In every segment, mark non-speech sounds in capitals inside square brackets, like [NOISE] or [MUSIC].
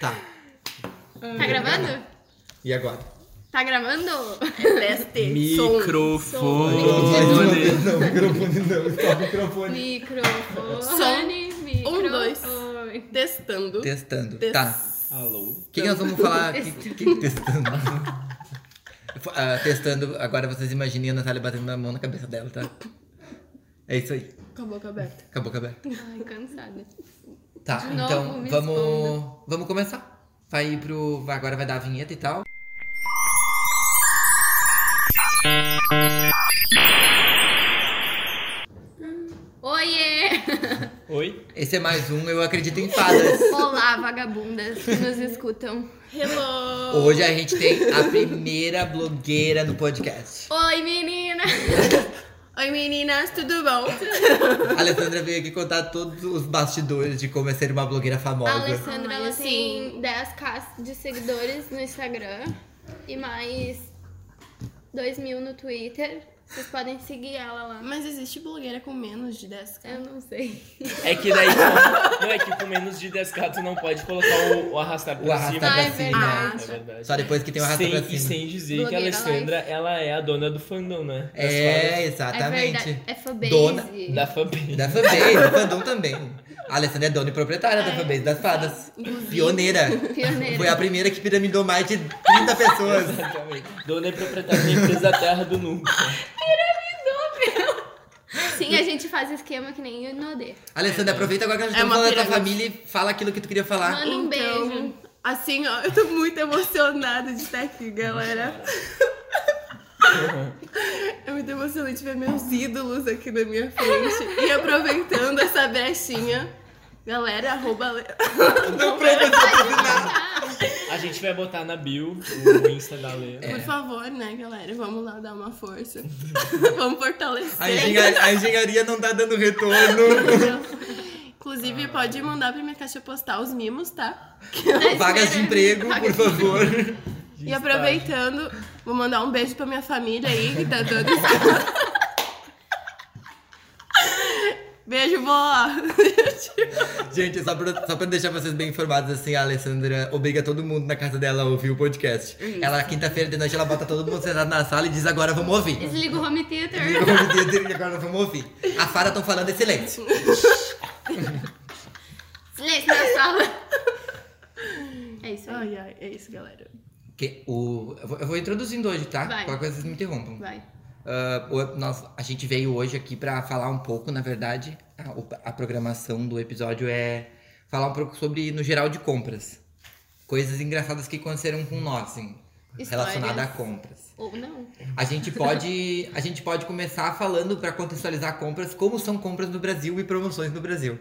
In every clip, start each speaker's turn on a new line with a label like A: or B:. A: Tá.
B: Tá gravando?
A: E agora?
B: Tá gravando?
C: Teste.
A: Não,
B: Microfone.
A: não, não, microfone não. Stop, microfone.
B: Microfone.
C: Som.
B: microfone.
C: Um, dois. Som. Testando.
D: Testando.
C: Test-
D: Tá.
A: Alô?
D: O que, que nós vamos falar? Que, que, que-
A: [LAUGHS]
D: testando. Ah, testando. Agora vocês imaginem a Natália batendo na mão na cabeça dela, tá? É isso aí.
C: Com a boca aberta.
D: Acabou, acabou.
B: Ai, cansada.
D: Tá,
B: De novo,
D: então
B: me
D: vamos, vamos começar. Vai ir pro. vai- Agora vai dar a vinheta e tal.
B: Oiê!
A: Oi?
D: Esse é mais um Eu Acredito em
B: [LAUGHS]
D: Fadas.
B: Olá, vagabundas que nos escutam.
C: Hello.
D: Hoje a gente tem a primeira blogueira no podcast.
B: Oi, menina!
C: Oi meninas, tudo bom?
D: A Alessandra veio aqui contar todos os bastidores de como é ser uma blogueira
B: A
D: famosa.
B: Alessandra,
C: Ai,
B: ela
C: assim-
B: tem 10k de seguidores no Instagram e mais 2 mil no Twitter. Vocês podem seguir ela lá.
C: Mas existe blogueira com menos de 10
B: Eu
C: k
B: não sei.
E: É que daí. Não, é que com menos de 10 k tu não pode colocar o, o arrastar pra
D: O arrastar
E: cima.
B: Ah,
D: pra
B: é
D: cima.
B: verdade.
E: É verdade.
D: Só depois que tem o arrasta
E: sem,
D: pra
E: E
D: cima.
E: sem dizer que
B: Blogueira
E: a Alessandra, ela é a dona do fandom, né? Das
D: É,
B: É
D: exatamente.
B: verdade. É fanbase.
D: Dona
E: fadas. Da fanbase. [LAUGHS]
D: Da fanbase, do fandom também. A Alessandra é dona e proprietária da fanbase das fadas. Pioneira.
B: Pioneira.
D: Foi a primeira que piramidou mais de 30 pessoas.
E: Dona e proprietária da empresa da terra do nunca.
C: Então,
B: Sim, a gente faz esquema que nem no AD.
D: Alessandra, aproveita agora que a gente
C: É
D: tá
C: uma
D: falando da tua
C: pirâmide.
D: família e fala aquilo que tu queria falar.
B: Manda um beijo.
C: Assim, ó, eu tô muito emocionada de estar aqui, galera. É muito emocionante ver meus ídolos aqui na minha frente. E aproveitando essa brechinha, galera, arroba. Ale-
D: Não, pera,
E: A gente vai botar na bio o Insta da Lê.
C: Por favor, né, galera? Vamos lá dar uma força. Vamos fortalecer.
D: a, engenharia, a engenharia não tá dando retorno.
C: Inclusive, pode mandar pra minha caixa postal os mimos, tá?
D: Vagas de emprego, por favor.
C: e aproveitando, vou mandar um beijo pra minha família aí, que tá toda escutando. Beijo, vó!
D: Gente, só pra, só pra deixar vocês bem informados, assim, a Alessandra obriga todo mundo na casa dela a ouvir o podcast. Ela, quinta-feira de noite, ela bota todo mundo sentado na sala e diz: agora vamos ouvir.
B: Desliga o home theater.
D: E agora vamos ouvir. A Fara estão falando excelente.
B: Silêncio na sala. É isso aí.
C: Ai, ai, é isso, galera.
D: Que o, eu, vou, eu vou introduzindo hoje, tá?
B: Vai.
D: Qualquer coisa vocês me interrompam.
B: Vai.
D: Ah, o- nós, a gente veio hoje aqui pra falar um pouco, na verdade, a, o- a programação do episódio é falar um pouco sobre, no geral, de compras. Coisas engraçadas que aconteceram com nós, assim,
B: Histórias.
D: relacionada a compras.
B: Ou não.
D: A gente pode, a gente pode começar falando pra contextualizar compras, como são compras no Brasil e promoções no Brasil,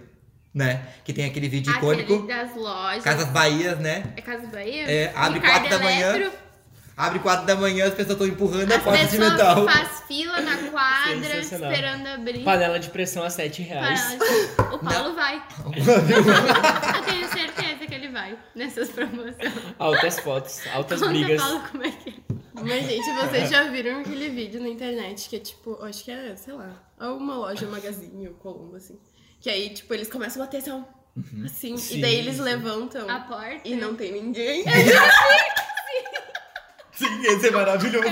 D: né? Que tem aquele vídeo
B: Aquele
D: icônico,
B: das lojas.
D: Casas Bahias, né?
B: É Casa Bahia?
D: É, abre
B: Ricardo
D: quatro da manhã,
B: Eletro.
D: Abre 4 da manhã, as pessoas estão empurrando a
B: As
D: porta de
B: pessoas
D: metal.
B: faz fila na quadra,
E: Sensacional.
B: esperando
D: É.
B: abrir.
E: Panela de pressão a 7
B: Para-
E: reais.
B: O Paulo vai. Eu tenho certeza que ele vai nessas promoções.
E: Altas fotos, altas
B: Conta,
E: brigas.
B: Paulo, como é que é.
C: Mas, gente, vocês já viram aquele vídeo na internet que é tipo, acho que é, sei lá, alguma loja, um magazine ou Colombo, assim. Que aí, tipo, eles começam a bater assim, ó, assim, e
E: Uhum. Sim,
C: daí eles
E: sim.
C: levantam
B: A porta.
C: e não tem [LAUGHS] ninguém.
D: [LAUGHS] Sim, esse é maravilhoso.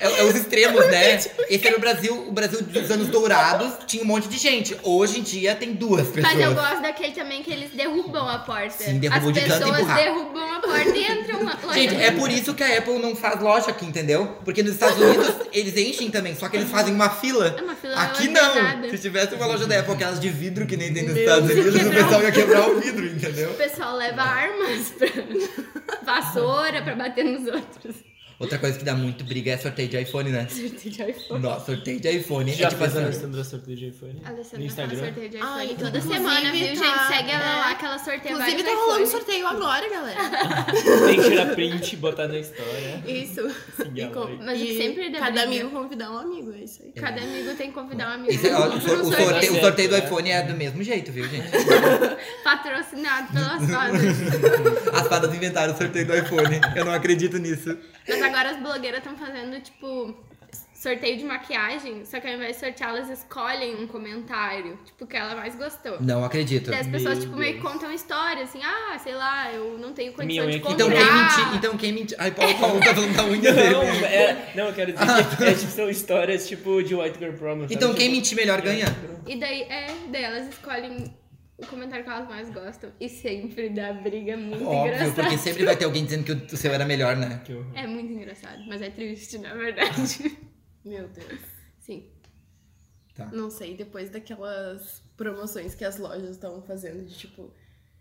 D: É, é os extremos, né? Esse era o Brasil, o Brasil dos anos dourados, tinha um monte de gente. Hoje em dia tem duas
B: Mas eu
D: pessoas.
B: gosto daquele também que eles derrubam a porta.
D: Sim, derrubam
B: As
D: de canto e
B: pessoas
D: empurrar.
B: derrubam a porta e entram lá.
D: [LAUGHS]
B: lá
D: Gente,
B: dentro.
D: é por isso que a Apple não faz loja aqui, entendeu? Porque nos Estados Unidos eles enchem também, só que eles fazem uma fila.
B: É uma fila
D: Aqui
B: organizada.
D: não. Se tivesse uma loja da Apple, aquelas de vidro que nem tem nos
C: Meu
D: Estados
C: Deus,
D: Unidos, o
B: quebrar o
D: pessoal ia quebrar o vidro, entendeu?
B: O pessoal leva armas [LAUGHS] pra vassoura pra bater nos outros.
D: Outra coisa que dá muito briga é sorteio de iPhone, né?
B: Sorteio de iPhone.
D: Nossa, sorteio de iPhone.
E: Já
D: é tipo
E: fez a
D: assim,
E: Alessandra sorteio de iPhone? No
B: Alessandra faz
E: Instagram?
B: sorteio de iPhone
C: Ai,
B: toda
C: inclusive,
B: semana, viu,
C: tá-
B: gente? Segue ela
C: é.
B: lá que ela sorteia
C: Inclusive,
B: vários
C: tá rolando
B: iPhones.
C: sorteio agora, galera.
E: Tem que tirar print e botar na história.
C: Isso.
E: Sim,
D: é
C: E com-
E: galera.
B: Mas
C: e
B: sempre dá
C: Cada
B: briga.
C: amigo convidar um amigo, é isso aí.
B: Cada amigo tem que convidar [LAUGHS] um amigo.
D: Esse é- ó, o, sor- o sorteio,
B: Não
D: o
E: certo,
D: sorteio do
E: né?
D: iPhone é do mesmo jeito, viu, gente?
B: Patrocinado
D: [LAUGHS]
B: pelas fadas.
D: As fadas inventaram o sorteio do iPhone. Eu não acredito nisso.
B: Mas agora as blogueiras estão fazendo, tipo, sorteio de maquiagem, só que ao invés de sortear, elas escolhem um comentário, tipo, que ela mais gostou.
D: Não acredito.
B: Daí as pessoas,
E: Meu
B: tipo, meio que
E: Deus.
B: contam história, assim, ah, sei lá, eu não tenho
E: Minha
B: condição
E: unha
B: de
E: aqui tá
B: comprar.
D: Então quem
E: Não.
D: mentiu? Então quem mentiu? Ai, Paulo, Paulo tá falando da unha
E: Não,
D: dele.
E: é, não, eu quero dizer que é, tipo, são histórias tipo de White Girl Problem. sabe?
D: Então
E: Tipo,
D: quem mentir melhor ganha.
B: E daí, é, daí elas escolhem o comentário que elas mais gostam. E sempre dá briga é muito
D: Óbvio,
B: engraçada.
D: porque sempre vai ter alguém dizendo que o seu era melhor, né?
E: que horror.
B: É muito engraçado, mas é triste, na verdade.
E: Ah.
C: Meu Deus.
B: [LAUGHS] Sim.
C: Não sei, depois daquelas promoções que as lojas estão fazendo, de tipo,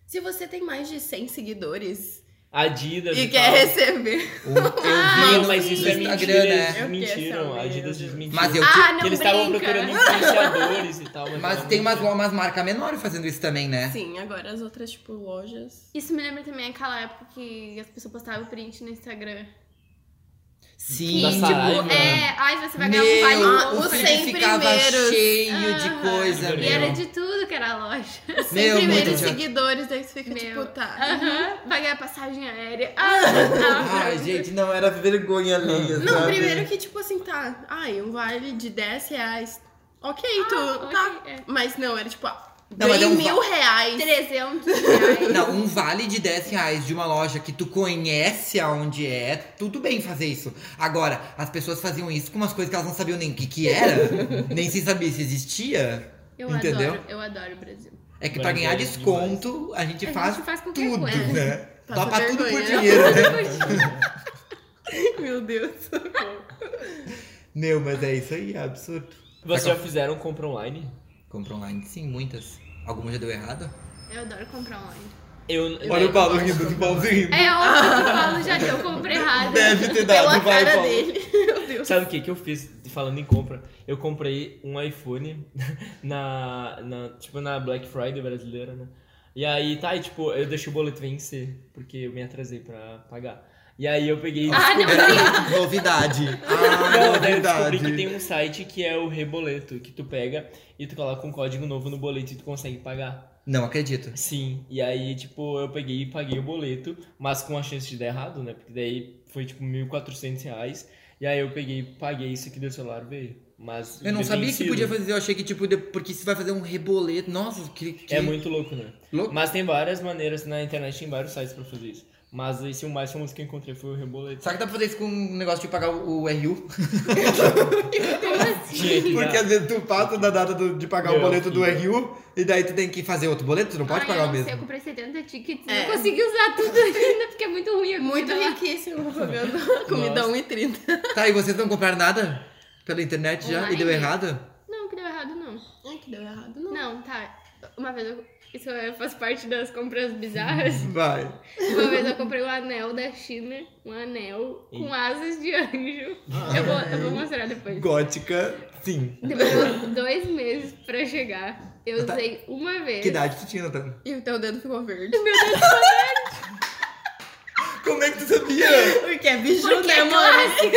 C: se você tem mais de 100 seguidores
E: Adidas
C: e é
E: e
C: quer
E: tal.
C: receber.
D: O- Eu vi
E: Não,
D: no
E: mas isso é mentira,
D: Instagram,
E: eles
D: né?
C: Eu quero
E: mentiram,
C: saber,
E: a Adidas
C: meu Deus.
E: desmentiu.
D: Mas eu
B: Ah, não
E: Eles estavam procurando
B: brinca!
E: influenciadores e tal.
D: Mas
E: não,
D: tem umas,
E: mentira.
D: umas marcas menores fazendo isso também, né?
C: Sim, agora as outras, tipo, lojas.
B: Isso me lembra também aquela época que as pessoas postavam print no Instagram.
D: Sim, né?
E: Da
B: e,
E: Saraiva,
B: tipo, é, ai, você vai ganhar um vale
D: Meu,
C: Ah,
D: o
C: os
B: compra.
C: cem
D: feed ficava
C: primeiros.
D: cheio de
B: Aham.
D: coisa,
B: E era
D: meu.
B: de tudo que era a loja.
D: Meu,
C: Sem
D: muito
C: primeiros
D: idiota.
C: seguidores, daí você fica,
B: Meu.
C: tipo, tá.
B: Aham. Vai ganhar
D: [LAUGHS]
B: passagem aérea. Ah,
D: Ai, gente, não, era vergonha alheia,
C: Não,
D: sabe?
C: primeiro que, tipo assim, tá. Ai, um vale de 10 reais. Ok, tu.
B: ok,
C: tá.
B: é.
C: Mas não, era tipo, ah,
D: Não, mas
C: ganhei
D: é um
C: mil
D: va-
C: reais.
B: 300 reais.
D: Não, um vale de 10 reais de uma loja que tu conhece aonde é, tudo bem fazer isso. Agora, as pessoas faziam isso com umas coisas que elas não sabiam nem o que que era, [LAUGHS] nem se sabia se existia.
B: Eu
D: entendeu?
B: adoro, eu adoro o Brasil.
D: É que pra
E: Branco
D: ganhar
E: é
D: desconto, a gente
B: A
D: faz
B: gente faz qualquer
D: tudo,
B: coisa. [LAUGHS]
D: né?
C: Passa
D: Topa tudo por
C: vergonha.
D: dinheiro, né?
C: Meu Deus.
D: Meu, mas é isso aí, é absurdo.
E: Vocês já fizeram compra online?
D: Compra online, sim, muitas. Alguma já deu errado?
B: Eu adoro comprar online.
E: Eu,
D: Olha o Paulo rindo, o Paulo rindo.
B: É óbvio que o Paulo já deu compra errada.
D: Deve ter dado,
C: Pela
D: vai,
C: cara
D: Paulo.
C: dele. Meu Deus.
E: Sabe o que que eu fiz falando em compra? Eu comprei um iPhone [LAUGHS] na, na tipo na Black Friday brasileira, né? E aí tá, e, tipo, eu deixei o boleto vencer porque eu me atrasei pra pagar. E aí eu peguei
B: Ah, não,
D: Novidade. Ah,
E: Não, daí eu descobri
D: novidade.
E: que tem um site que é o Reboleto, que tu pega e tu coloca um código novo no boleto e tu consegue pagar.
D: Não acredito.
E: Sim, e aí, tipo, eu peguei e paguei o boleto, mas com a chance de dar errado, né? Porque daí foi, tipo, 1.400 reais. E aí eu peguei e paguei isso aqui do celular, veio. Mas...
D: Eu não sabia que
E: vencido.
D: podia fazer, eu achei que tipo, de- porque se vai fazer um reboleto. Nossa, que, que
E: É muito louco, né?
D: louco.
E: Mas tem várias maneiras, na internet tem vários sites pra fazer isso. Mas esse é o mais famoso que eu encontrei foi o Reboleto.
D: Será que dá pra fazer isso com um negócio de pagar o, o
E: [LAUGHS]
D: RU?
E: Tinha que dar.
D: às vezes tu passa da data do- de pagar
E: Meu
D: RU e daí tu tem que fazer outro boleto, tu não
B: Ai, eu não sei, eu comprei 70 tickets,
C: É.
B: não consegui usar tudo ainda, porque é muito ruim. a
C: [LAUGHS] Muito
B: comida lá.
C: [LAUGHS] riquíssimo pagando comida
B: um
E: Nossa.
C: 1,30.
D: Tá, e vocês não compraram nada pela internet já e deu
B: Online?
D: errado?
B: Não, que deu errado, não.
C: Ai, que deu errado. Não.
B: Não, tá. Uma vez eu... Isso eu faço parte das compras bizarras.
C: [LAUGHS]
D: Vai.
B: Uma vez eu comprei um anel da China, um anel com asas de anjo.
D: Ah.
B: Eu vou, eu vou mostrar depois.
D: Gótica, sim.
B: Demorou dois meses pra chegar. Eu usei uma vez.
D: Tá. Que idade tu tinha, Natan?
C: E o teu dedo ficou verde.
D: Como é que tu sabia?
C: [LAUGHS] Porque é biju,
B: Porque
C: né,
B: é
C: mano?
B: clássico,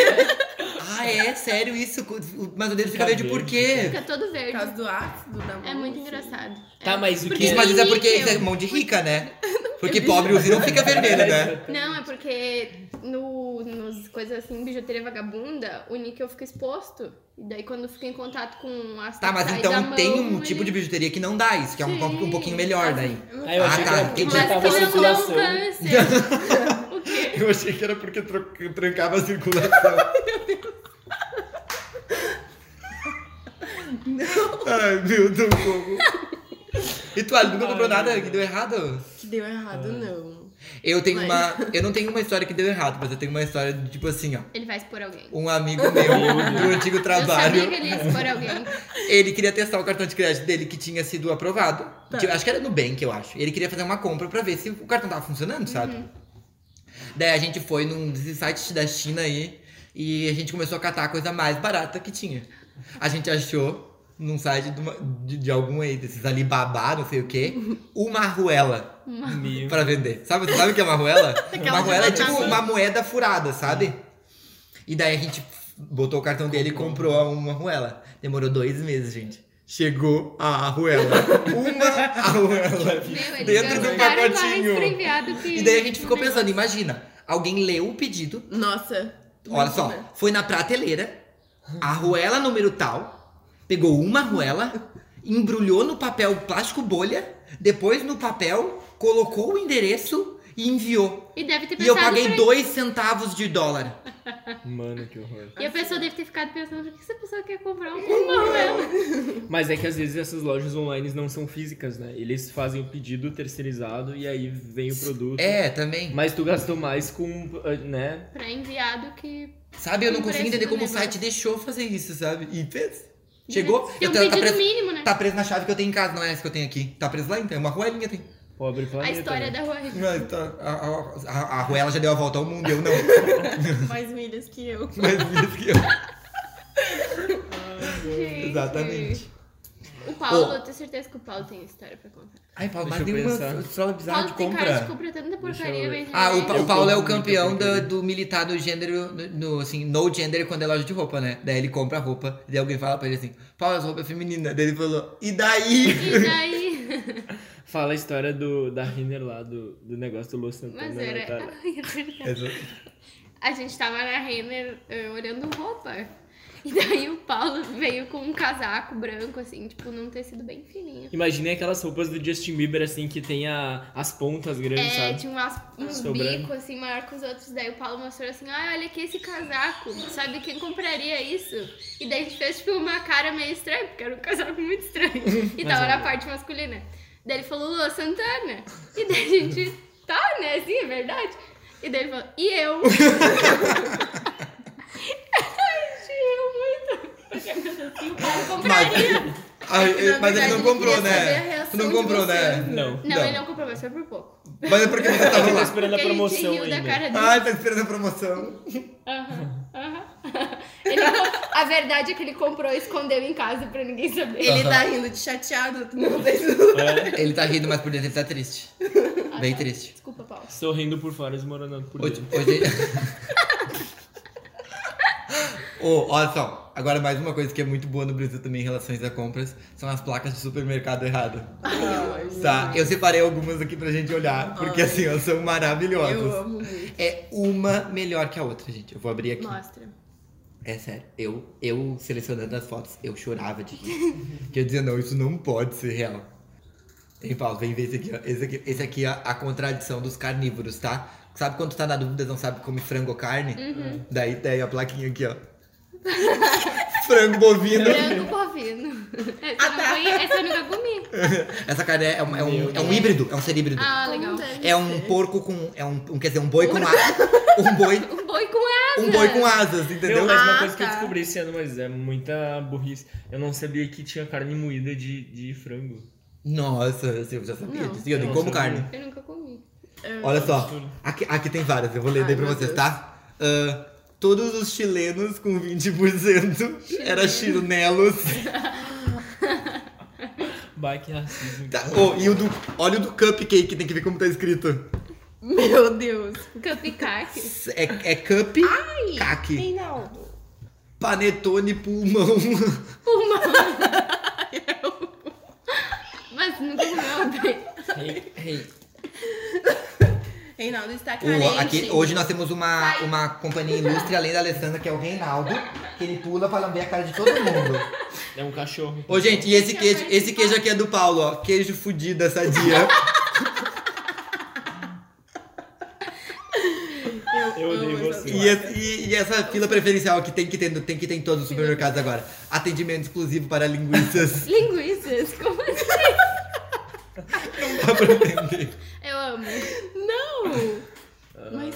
D: Ah, é sério isso? Co- Mas o dedo fica
E: Fica
D: verde por
E: verde.
D: quê?
B: fica todo
C: Por causa
B: verde.
C: É do ácido da mão.
B: É muito
C: assim.
B: engraçado.
E: Tá, mas o que...
D: Isso, mas isso é porque
B: Níquel.
D: isso é mão de rica, [LAUGHS] né? Porque pobre usa e não fica vermelho, né?
B: Não, é porque no, nos coisas assim, bijuteria vagabunda, o níquel fica exposto. E daí quando fica em contato com um as
D: Tá, mas então tem um tipo de bijuteria que não dá isso, que é um,
B: Sim.
D: um pouquinho melhor daí.
E: Aí eu
D: Ah,
E: achei
D: tá,
E: que
D: entendi.
E: era
B: Mas
E: porque já
B: que
E: tava
B: não dá um
E: circulação.
B: câncer. o quê?
D: Eu achei que era porque trancava a circulação. [LAUGHS] Ai, meu Deus do fogo. E tu, Ali, nunca comprou nada que deu errado?
C: Que deu errado, não.
D: Eu tenho
C: Mas-
D: uma. Eu não tenho uma história que deu errado, mas eu tenho uma história de tipo assim, ó.
B: Ele vai expor
D: [LAUGHS]
B: alguém.
D: Um amigo meu do antigo
B: Eu sabia
D: trabalho.
B: que ele ia expor alguém.
D: Ele queria testar o cartão de crédito dele que tinha sido aprovado.
B: Tá.
D: Tipo, acho que era Nubank, eu acho. Ele queria fazer uma compra pra ver se o cartão tava funcionando, sabe?
B: Uhum.
D: Daí a gente foi num desses sites da China aí e a gente começou a catar a coisa mais barata que tinha. A gente achou num site de, uma- de- de algum aí, desses Alibaba, não sei o quê, uma arruela
E: Meu.
D: pra vender. Sabe, sabe o que é uma arruela?
C: [LAUGHS]
D: uma
C: Aquela
D: arruela é
C: de
D: tipo
C: maçã.
D: uma moeda furada, sabe? E daí a gente botou o cartão dele e comprou uma arruela. Demorou dois meses, gente. Chegou a arruela. Uma arruela.
B: Meu, eles
D: Dentro de um
B: gastaram
D: pacotinho.
B: mais pra enviado que...
D: E daí a gente ficou pensando, imagina, alguém leu o pedido,
C: Nossa. né?
D: olha só,
C: imagina.
D: foi na prateleira, arruela número tal, pegou uma arruela, embrulhou no papel plástico bolha, depois no papel, colocou o endereço e enviou.
B: E deve ter
D: E eu
B: pensado.
D: paguei
B: pra-
D: dois centavos de dólar.
E: Mano, que horror.
B: E a pessoa deve ter ficado pensando: por que essa pessoa quer comprar um pulmão?
E: Mas é que às vezes essas lojas online não são físicas, né? Eles fazem o pedido terceirizado e aí vem o produto.
D: É, também.
E: Mas tu gastou mais com, eh, né?
B: pra enviado que.
D: Sabe, eu não
B: O
D: consigo
B: Um preço
D: entender
B: do
D: como o
B: negócio.
D: site deixou fazer isso, sabe? E fez. Chegou.
B: Tem
D: eu-
B: um
D: tá- tá
B: pedido
D: preso-
B: mínimo, né?
D: Tá preso na chave que eu tenho em casa, não é essa que eu tenho aqui. Tá preso lá então, é uma arruelinha tem.
E: Pobre
B: A
E: planeta.
B: história
E: né?
B: da Roy.
D: Mas tá- A, a, a, a arruela já deu a volta ao mundo, eu não. [LAUGHS]
C: Mais milhas que eu.
D: Mas isso que eu...
B: Gente.
D: Exatamente.
B: O Paulo,
D: Ô.
B: eu tenho certeza que o Paulo tem história pra contar.
D: Ai, Paulo,
E: Deixa
D: mas
E: eu
D: deu uma
E: pensar.
D: história
B: O
D: bizarra
B: Paulo
D: de
B: tem cara de
D: compra.
B: compra tanta
E: Deixa
B: porcaria,
E: eu
B: velho.
E: ver.
D: Ah, o, Pa- o
E: Eu
D: Paulo é o
E: compro muita
D: campeão do,
E: porcaria.
D: do militar do gênero, no, no, assim, no gender, quando é loja de roupa, né? Daí ele compra roupa, daí alguém fala pra ele assim, Paulo, essa roupa é feminina. Daí ele falou, e
C: [LAUGHS]
D: daí?
B: E daí. [LAUGHS]
E: Fala a história do, da Rinner lá, do, do negócio do Lu Santana.
B: Mas
E: né,
B: era.
E: cara?
B: Ai, é [LAUGHS] verdade. A gente tava na Renner eh, olhando roupa. E daí o Paulo veio com um casaco branco, assim, tipo, num tecido bem fininho.
E: Imaginei aquelas roupas do Justin Bieber, assim, que tem a, as pontas grandes,
B: É,
E: sabe?
B: tinha umas, uns
E: Sobrando.
B: bicos, assim, maior que os outros. Daí o Paulo mostrou assim, ah, olha aqui esse casaco. Sabe quem compraria isso? E daí a gente fez, tipo, uma cara meio estranha, porque era um casaco muito estranho. E tava na parte masculina. Daí ele falou, Lua Santana. E daí a gente, tá, né? Sim, é verdade. E daí ele falou, e eu? Ai, gente, eu muito. E o Paulo compraria.
D: Ai,
C: É que, na
D: mas
C: verdade,
D: ele não
C: ele
D: comprou,
C: queria saber a
D: né?
C: reação
D: Tu não
C: de
D: comprou,
C: vocês,
D: né?
E: Não.
B: Não,
D: Não.
B: ele não comprou, mas foi por pouco.
D: Mas é porque você tava
E: Eu tô
D: lá.
E: esperando a
B: Porque
E: promoção
B: a gente riu
E: ainda.
B: da cara dele.
D: Ai, tá esperando a promoção.
B: Aham, aham. [LAUGHS] Ele co- A verdade é que ele comprou e escondeu em casa pra ninguém saber.
C: Ele tá rindo de chateado, não sei [LAUGHS] se...
E: É,
D: Ele tá rindo, mas por dentro ele tá
C: [LAUGHS]
D: triste. Bem triste.
B: Desculpa, Paulo.
E: estou rindo por fora, esmoronando por
D: Hoje.
E: dentro.
D: hoje... [LAUGHS] Ô, olha só, agora mais uma coisa que é muito boa no Brasil também em relação a compras são as placas de supermercado errado.
C: Ai, eu amo.
D: Tá, eu separei algumas aqui pra gente olhar, porque assim, elas são
C: Eu
D: maravilhosas.
C: amo muito.
D: É uma melhor que a outra, gente. Eu vou abrir aqui.
C: Mostra.
D: É sério, eu, eu selecionando as fotos, eu chorava de rir. Porque eu dizia, não, isso não pode ser real. Ei, Paulo, vem ver esse aqui, ó. Esse aqui, esse aqui é a contradição dos carnívoros, tá? Sabe quando tu tá na dúvida, não sabe come frango ou carne? Daí tem a plaquinha aqui, ó. [LAUGHS] frango bovino.
B: Branco Ah, bovino. Essa, eu não conhe- É, essa eu nunca comi.
D: Essa carne é, um, é, um, é um híbrido, é um ser híbrido.
B: Ah, legal.
D: É um porco com. É um, um- quer dizer, um boi com asas. Um boi,
B: Um boi com asa.
D: um boi com asas, entendeu?
E: Meu, mas uma
C: Ah,
E: coisa que eu
C: tá.
E: descobri esse ano, mas é muita burrice. Eu não sabia que tinha carne moída de, de frango.
D: Nossa, eu já sabia
C: Não.
D: disso. E eu nem
E: Não,
D: como
E: sabia.
D: carne.
B: Eu nunca comi.
D: Olha só, aqui, aqui tem várias, eu vou ler daí
C: Ai,
D: pra
C: meu
D: vocês,
C: Deus.
D: tá? Ah, todos os chilenos com 20% era chinelos.
E: Bah, que é racismo.
D: Tá, ô, e o do. Olha o do cupcake, tem que ver como tá escrito.
C: Meu Deus.
B: Um Cupcake.
D: É, é cup, caque,
C: Reinaldo.
D: panetone, pulmão. [LAUGHS]
B: [LAUGHS] Mas nunca comeu né? bem.
E: Ei, ei.
C: Reinaldo está
D: Ô,
C: carente.
D: aqui, hoje nós temos uma, uma companhia ilustre, além da Alessandra, que é o Reinaldo, que ele pula pra lamber a cara de todo mundo.
E: É um cachorro.
D: Ô, gente, e esse queijo, esse queijo aqui é do Paulo, ó. Queijo fudida, sadia.
E: Eu odeio
C: amo essa
E: você.
D: E, esse- e- e essa fila preferencial que tem que ter, no- tem que ter em todos os supermercados agora. Atendimento exclusivo para linguiças.
B: Linguiças. Como assim?
D: Dá pra entender.
B: Eu amo.
C: Não! Mas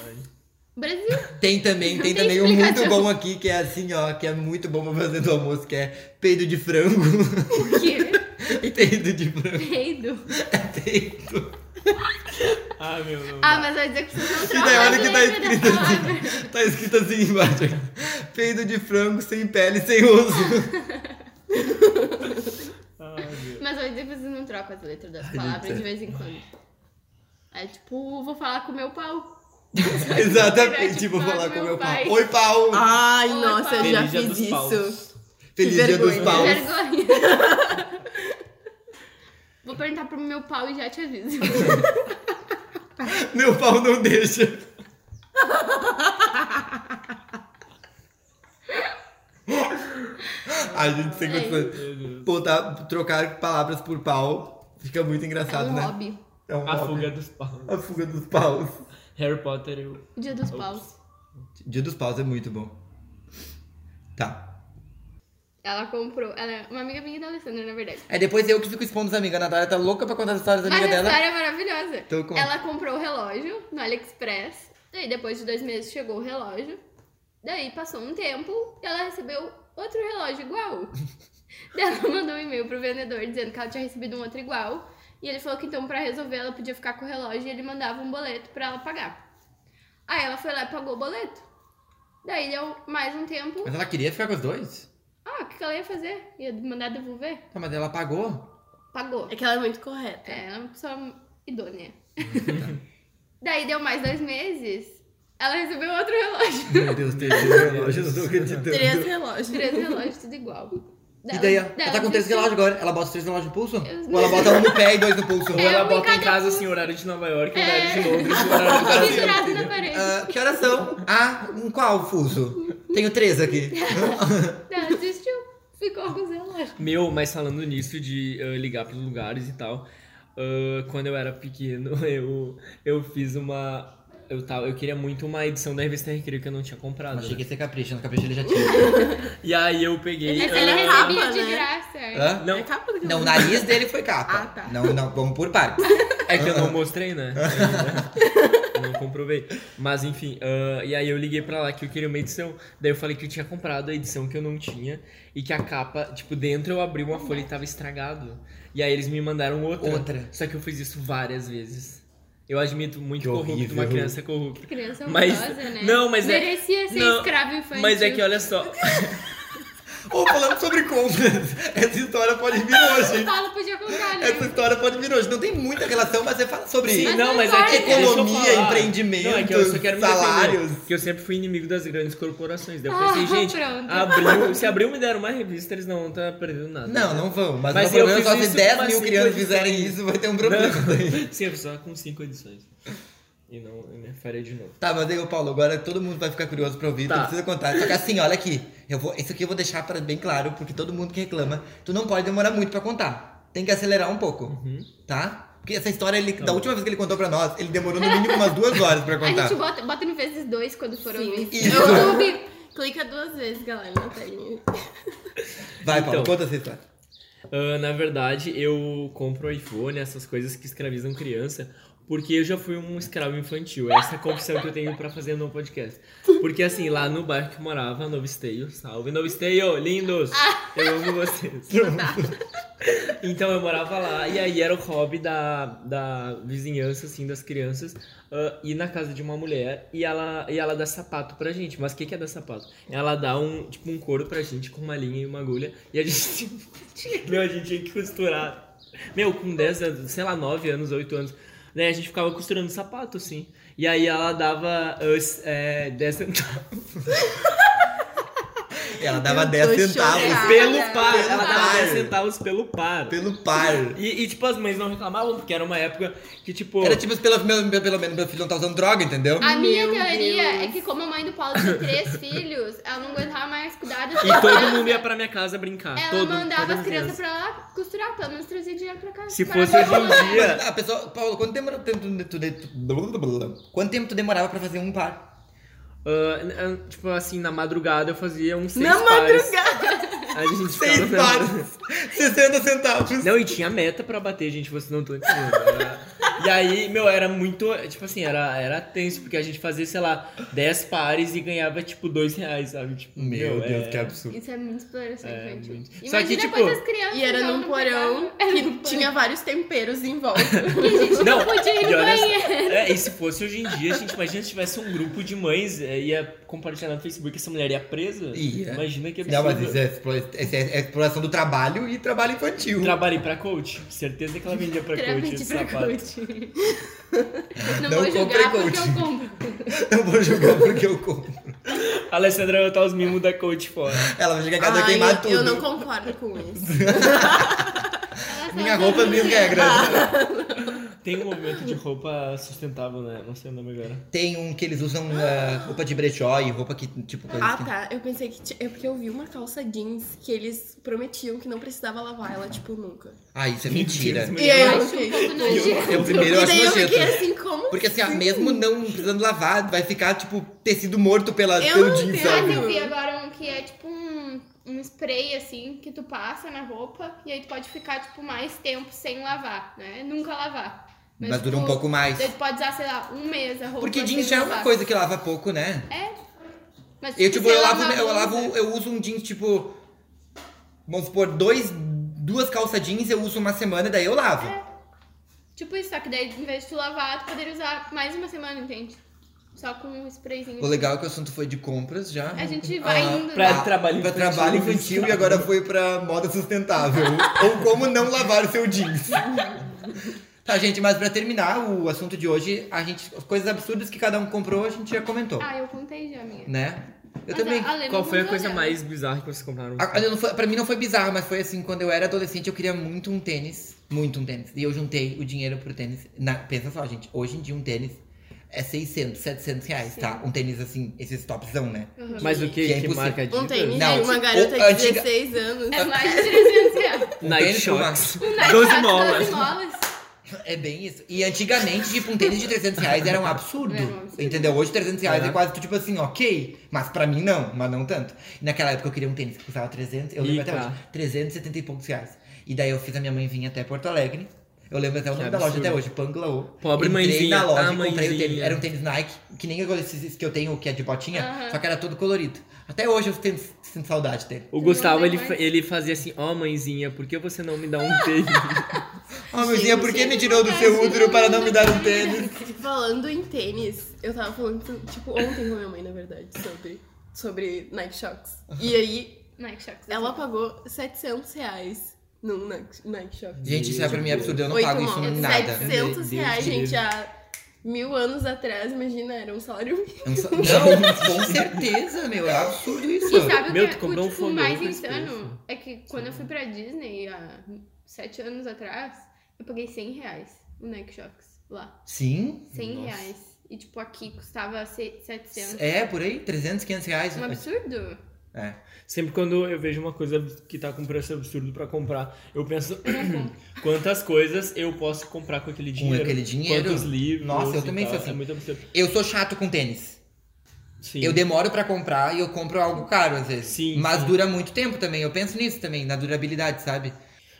B: Brasil.
D: [LAUGHS] Tem também, tem
B: Não tem
D: também um muito
B: explicação.
D: bom aqui, que é assim, ó, que é muito bom pra fazer do almoço, que é peido de [LAUGHS] frango.
B: O quê?
D: peido de frango.
B: Peido.
D: É peido.
E: Ah, meu Deus.
B: Ah, mas vai dizer que vocês não
D: E daí
B: trabalham.
D: olha que tá
B: lembra da
D: escrito
B: palavra?
D: assim. Tá escrito assim embaixo. Peido de frango sem pele, sem osso.
E: Ai, meu.
B: Mas vai dizer que vocês não trocam as letras das
D: Ai,
B: palavras
D: gente,
B: de
D: é.
B: vez em quando. É tipo, vou falar com meu pau.
D: [LAUGHS] Exatamente, vou falar com meu pau. Oi, pau!
C: Ai,
B: Oi,
C: nossa,
B: pai.
C: eu já
E: Feliz Dia
C: fiz
E: dos Paus.
C: isso.
D: Feliz dia dos
C: vergonha.
D: paus. [LAUGHS]
B: Vergonha. Vou perguntar pro meu pau e já te aviso.
D: Meu pau não deixa. A gente sem
B: É
D: condições.
E: Meu Deus.
D: Botar, trocar palavras por pau fica muito
B: É
D: engraçado,
B: um
D: né?
B: hobby.
D: É um
E: A
D: hobby.
E: fuga dos paus.
D: A fuga dos paus.
E: Harry Potter eu.
B: O dia dos paus.
D: Dia dos paus é muito bom. Tá.
B: Ela comprou. Ela é uma amiga minha da Alessandra, na verdade.
D: É depois eu que fico expondo as amigas. A Natália tá louca pra contar as histórias da
B: Mas a
D: amiga dela.
B: história é maravilhosa.
D: Então conta.
B: Ela comprou o relógio no AliExpress. Daí, depois de dois meses, chegou o relógio. Daí, passou um tempo e ela recebeu outro
D: [LAUGHS]
B: relógio igual. Daí, ela mandou um e-mail pro vendedor dizendo que ela tinha recebido um outro igual. E ele falou que então, pra resolver, ela podia ficar com o relógio e ele mandava um boleto pra ela pagar. Aí, ela foi lá e pagou o boleto. Daí, deu mais um tempo.
D: Mas ela queria ficar com os dois?
B: Ah, o que que ela ia fazer? Ia mandar devolver?
D: Tá, mas ela pagou.
B: Pagou.
C: É que ela é muito correta.
B: É, ela é uma pessoa
D: [LAUGHS]
B: idônea. Daí deu mais dois meses, ela recebeu outro relógio. [LAUGHS]
D: Meu Deus, tem [LAUGHS] dois relógios, eu não tô acreditando.
C: Três relógios.
B: Três relógios, tudo igual.
D: E daí, ó, ela tá com três
B: [LAUGHS]
D: relógios agora. Ela bota os três relógios no pulso?
B: Eu-
D: Ou ela bota um no pé e dois no
C: [LAUGHS]
D: pulso?
C: É
E: Ou ela
B: um em
E: bota em
B: cada
E: casa
B: pulso.
E: assim, horário de Nova York,
B: É.
E: horário de Londres, horário de
C: [LAUGHS]
E: Brasil.
B: Vidrado na parede.
D: Ah, que horas são? Ah, um qual fuso? Tenho três aqui.
B: Daí Ela desistiu, ficou com os relógios.
E: Meu, mas falando nisso de eh, ligar pros lugares e tal, ah, quando eu era pequeno, [LAUGHS] eu, eu fiz uma. Eu, tava, eu queria muito uma edição da revista Recreio que eu não tinha comprado.
D: Achei que
E: né?
D: ia ser capricho, no capricho ele já tinha.
E: E aí eu peguei.
B: Mas
E: ah,
B: ela
C: é
B: recebia
C: capa,
B: de
C: né?
B: graça.
D: Hã?
E: Não.
C: É capa do
D: Não, o nariz dele foi capa.
C: Ah, tá.
D: Não, não, vamos por partes.
E: É que eu não mostrei, né? Eu não comprovei. Mas enfim, ah, e aí eu liguei pra lá que eu queria uma edição. Daí eu falei que eu tinha comprado a edição que eu não tinha e que a capa, tipo, dentro eu abri uma folha e tava estragado. E aí eles me mandaram outra.
D: Outra.
E: Só que eu fiz isso várias vezes. Eu admito muito
D: Que
E: corrupto,
D: horrível.
E: uma criança corrupta.
B: Criança
E: Mas-
B: horrorosa, né?
E: não, mas é-
B: Merecia ser
E: não,
B: escravo infantil.
E: Mas é que olha só.
D: Ou falando sobre compras, [LAUGHS] essa história pode vir
B: O
D: hoje.
B: Paulo podia contar, né?
D: Essa história pode vir hoje. Não tem muita relação, mas você fala sobre
E: Sim,
B: Mas
E: não,
B: não
E: mas é
B: vale.
E: que deixa eu
D: Economia,
E: falar.
D: empreendimento,
E: não, é que eu só quero me defender,
D: salários.
E: que eu sempre fui inimigo das grandes corporações. Daí eu
B: Ah,
E: pensei, gente,
B: pronto.
E: abriu, se abriu me deram uma revista, eles não vão estar perdendo nada.
D: Não, não vão. Mas,
E: Mas
D: o problema
E: eu
D: é só
E: fiz
D: se
E: isso
D: 10
E: com
D: mil
E: umas
D: crianças
E: cinco
D: fizerem
E: edições.
D: isso, vai ter um problema.
E: [LAUGHS] Sim, só com cinco edições. E não, eu me farei de novo.
D: Tá, mas aí, ô Paulo, agora todo mundo vai ficar curioso pra ouvir,
E: Tá.
D: tu precisa contar. Só que assim, olha aqui, eu vou, isso aqui eu vou deixar pra, bem claro, porque todo mundo que reclama, tu não pode demorar muito pra contar. Tem que acelerar um pouco,
E: Uhum.
D: tá? Porque essa história, ele, da última vez que ele contou pra nós, ele demorou no mínimo umas duas horas pra
B: A
D: contar.
B: gente bota, bota no vezes dois quando for ouvir.
D: Isso.
B: YouTube.
C: Clica duas vezes, galera, na telinha.
D: Vai, Paulo,
E: Então.
D: conta essa história.
E: Ah, na verdade, eu compro iPhone, essas coisas que escravizam criança, porque eu já fui um escravo infantil. Essa é a confissão que eu tenho pra fazer no podcast. Porque assim, lá no bairro que eu morava, Novo Esteio, salve Novo Esteio, lindos! Eu amo vocês. Então eu morava lá e aí era o hobby da, da vizinhança, assim, das crianças, ah, ir na casa de uma mulher e ela, e ela dá sapato pra gente. Mas o que, que é dar sapato? Ela dá um, tipo, um couro pra gente com uma linha e uma agulha e a gente. [LAUGHS] Meu, a gente tinha que costurar. Meu, com 10 anos, sei lá, 9 anos, 8 anos, né? A gente ficava costurando sapato, assim. E aí ela dava ah, s- é, 10 centavos.
D: Ela dava
C: tô
D: 10 centavos
C: chocada.
E: Pelo par! Ela dava
D: par.
E: 10 centavos pelo par.
D: pelo par.
E: E, e, tipo, as mães não reclamavam, porque era uma época que, tipo.
D: Era tipo, pelo, pelo, pelo menos meu filho não tá usando droga, entendeu?
B: A minha
C: Meu
B: teoria
C: Deus.
B: é que como a mãe do Paulo tinha três [LAUGHS] filhos, ela não aguentava mais cuidar das
E: E todo mundo ia pra minha casa brincar.
B: Ela
E: todo,
B: mandava
E: todas
B: as crianças
E: crianças.
B: pra lá costurar, pelo menos trazia dinheiro pra casa.
E: Se
B: Para
E: fosse hoje
B: costurar.
E: em dia.
D: Ah, pessoal, Paulo, quanto tempo, tu, tu, tu, tu- quanto tempo tu demorava pra fazer um par?
E: Ah, n- ah, tipo assim, na madrugada eu fazia uns seis
C: Na
E: pares.
C: madrugada!
E: A gente ficava
D: Seis
E: na-
D: pares! 60 centavos!
E: Não, e tinha meta pra bater, gente, vocês não estão entendendo. Era- E aí, meu, era muito. Tipo assim, era, era tenso, porque a gente fazia, sei lá, 10 pares e ganhava, tipo, 2 reais, sabe? Tipo,
D: Meu Deus,
E: é-
D: que absurdo.
B: Isso é muito exploração
E: É,
B: infantil.
E: muito. Só que,
B: Imagina
E: tipo,
B: quantas crianças
C: E era
B: não,
C: num
B: não
C: [LAUGHS] porão
B: pegavam. Era num
C: que
B: porão.
C: tinha vários temperos em
D: [LAUGHS]
C: volta.
E: Não,
B: podia ir no
E: e olha só,
B: banheiro.
E: é, e se fosse hoje em dia, a gente imagina se tivesse um grupo de mães, é, ia compartilhar no Facebook, essa mulher ia presa.
D: Ia.
E: Imagina que
D: Não,
E: absurdo.
D: mas isso é, explo- isso é- é exploração do trabalho e trabalho infantil.
E: Trabalhei pra coach. Certeza que ela vendia pra coach
B: Tramente
E: esse
B: pra
E: sapato.
B: coach.
D: Não
B: Não,
D: comprei
B: vou julgar porque
D: coach.
B: eu compro.
D: [LAUGHS] Eu vou jogar porque eu compro.
E: A Alessandra vai botar os mimos da coach fora.
D: Ela vai chegar em casa e
C: Ai,
D: queimar
C: eu,
D: tudo.
C: eu não
D: [LAUGHS]
C: concordo com isso.
B: Ela só
D: Minha
B: usa
D: roupa, é
B: minha.
C: Ah.
D: né? minhas regras.
E: Tem um movimento de roupa sustentável, né? Não sei o nome agora.
D: Tem um que eles usam ah, roupa de brechó e roupa que, tipo, coisa
C: Ah,
D: que...
C: tá. Eu pensei que. ti- É porque eu vi uma calça jeans que eles prometiam que não precisava lavar ela, tipo, nunca.
D: Ah, isso é
E: Mentira,
D: mentira.
E: isso
C: E aí eu
B: Acho um
C: fiquei.
B: pouco nojento.
D: Eu primeiro eu
C: e
D: acho
C: daí eu fiquei
D: nojento. né?
C: assim, como?
D: Porque assim, ó, mesmo não precisando lavar, vai ficar, tipo, tecido morto pela,
C: Eu
D: pelo
C: não
D: jeans,
C: tenho-
B: Ah,
D: sabe?
B: eu vi agora um que é tipo um, um spray assim que tu passa na roupa e aí tu pode ficar tipo mais tempo sem lavar, né? Nunca lavar. tipo,
D: Mas, dura um pouco mais.
C: tipo,
B: Daí tu pode usar, sei lá, um mês a roupa.
D: Porque
B: sem
D: jeans já é uma
B: lavar.
D: coisa que lava pouco, né?
B: Mas
D: Eu,
B: se
D: tipo,
B: você
D: eu lavo,
B: lavar
D: eu
B: a
D: lavo,
B: tá blusa-
D: eu uso um jeans, tipo, vamos supor, dois, duas calça jeans, eu uso uma semana, daí eu lavo.
B: Tipo isso, só que daí em vez de tu lavar, tu poderia usar mais uma semana, entende? Só com um sprayzinho.
D: O legal é que o assunto foi de compras já.
B: A gente vai indo, né?
E: Ah, pra trabalho
D: pra
E: infantil, né?
D: trabalho infantil e agora foi pra moda
E: [LAUGHS]
D: sustentável. Ou como não lavar o seu jeans. tá, gente, mas pra terminar o assunto de hoje, a gente, as coisas absurdas que cada um comprou, a gente já comentou,
B: Ah, eu contei já, minha.
D: né? Eu
B: Mas
D: também.
B: a- a Lê
E: Qual
B: não
E: foi a
B: contou
E: coisa
B: dela.
E: mais bizarra que vocês compraram?
D: A- olha, não foi- pra mim não foi bizarro, mas foi assim, quando eu era adolescente, eu queria muito um tênis. Muito um tênis. E eu juntei o dinheiro pro tênis. Na- pensa só, gente, hoje em dia um tênis é 600, 700 reais, tá? Um tênis assim, esses topzão, né?
E: Mas o que?
D: Que é
E: que
D: impossível.
E: marca de
C: assim? Um tênis
D: Não,
C: de uma
D: tipo,
C: garota
D: o-
C: de
D: antiga-
C: 16 anos.
B: É mais de 300 reais.
D: Um
E: Nike
D: tênis com uma-
E: Shocks. 12 molas.
B: 12 molas.
D: É bem isso. E antigamente, tipo, um tênis de 300 reais era um absurdo.
B: Era um absurdo.
D: Entendeu? Hoje, 300 reais é,
E: É.
D: quase, tu, tipo assim, ok. Mas pra mim, não. Mas não tanto. E naquela época, eu queria um tênis que custava 300. Eu lembro
E: Ih,
D: até
E: tá.
D: hoje. 370 e poucos reais. E daí, eu fiz a minha mãe vir até Porto Alegre. Eu lembro até o
E: Que
D: nome da loja
E: absurdo.
D: até hoje, Pangla O.
E: Pobre
D: Entrei
E: mãezinha,
D: na loja
E: ah,
D: e comprei o tênis.
E: mãezinha.
D: Era um tênis Nike, que nem esses que eu tenho, que é de botinha.
B: Aham.
D: Só que era todo colorido. Até hoje, eu tenho- sinto saudade dele.
E: O Gustavo,
B: Não,
E: ele,
B: mas-
E: fa- ele fazia assim, ó mãezinha, por que você não me dá um tênis?
D: Ó, Ah, mãezinha, por que
B: Gente,
D: me tirou do
B: não
D: seu
B: parece
D: útero
B: um
D: para não me dar um
B: mundo de
D: tênis?
C: [LAUGHS] Falando em tênis, eu tava falando, tipo, ontem com a minha mãe, na verdade, sobre, sobre Nike Shocks. E aí,
B: Nike Shocks.
C: ela pagou 700 reais num Nike Nike Shocks.
D: Gente, isso é pra mim
E: Meu
D: absurdo. Eu não
C: Oito
D: pago isso
C: mãos.
D: em nada.
B: um
C: 700
E: Meu
C: reais,
E: Deus,
C: gente,
E: querido.
C: há mil anos atrás, imagina, era um salário mínimo.
D: Não, sa- [LAUGHS] não, com certeza, meu. É absurdo isso.
B: E sabe
E: Meu,
B: o que
E: tu
B: é-
E: comprou
B: o,
E: um
B: tipo,
E: fogão
B: mais
E: com esse
B: insano
E: preço.
B: é que quando eu fui pra Disney há sete anos atrás, eu paguei 100 reais o Nike Shocks lá.
D: Sim?
B: 100
E: Nossa.
B: reais. E tipo, aqui custava se- 700.
D: É, por aí? 300, 500 reais?
B: Um absurdo.
D: É.
E: Sempre quando eu vejo uma coisa que tá com preço absurdo pra comprar, eu penso [CLEARS THROAT] quantas coisas eu posso comprar com aquele dinheiro.
D: aquele dinheiro?
E: Quantos livros.
D: Nossa, eu
E: e
D: também
E: tal.
D: sou assim.
E: É muito absurdo.
D: Eu sou chato com tênis.
E: Sim.
D: Eu demoro pra comprar e eu compro algo caro às vezes.
E: Sim,
D: Mas
E: sim.
D: dura muito tempo também. Eu penso nisso também, na durabilidade, sabe?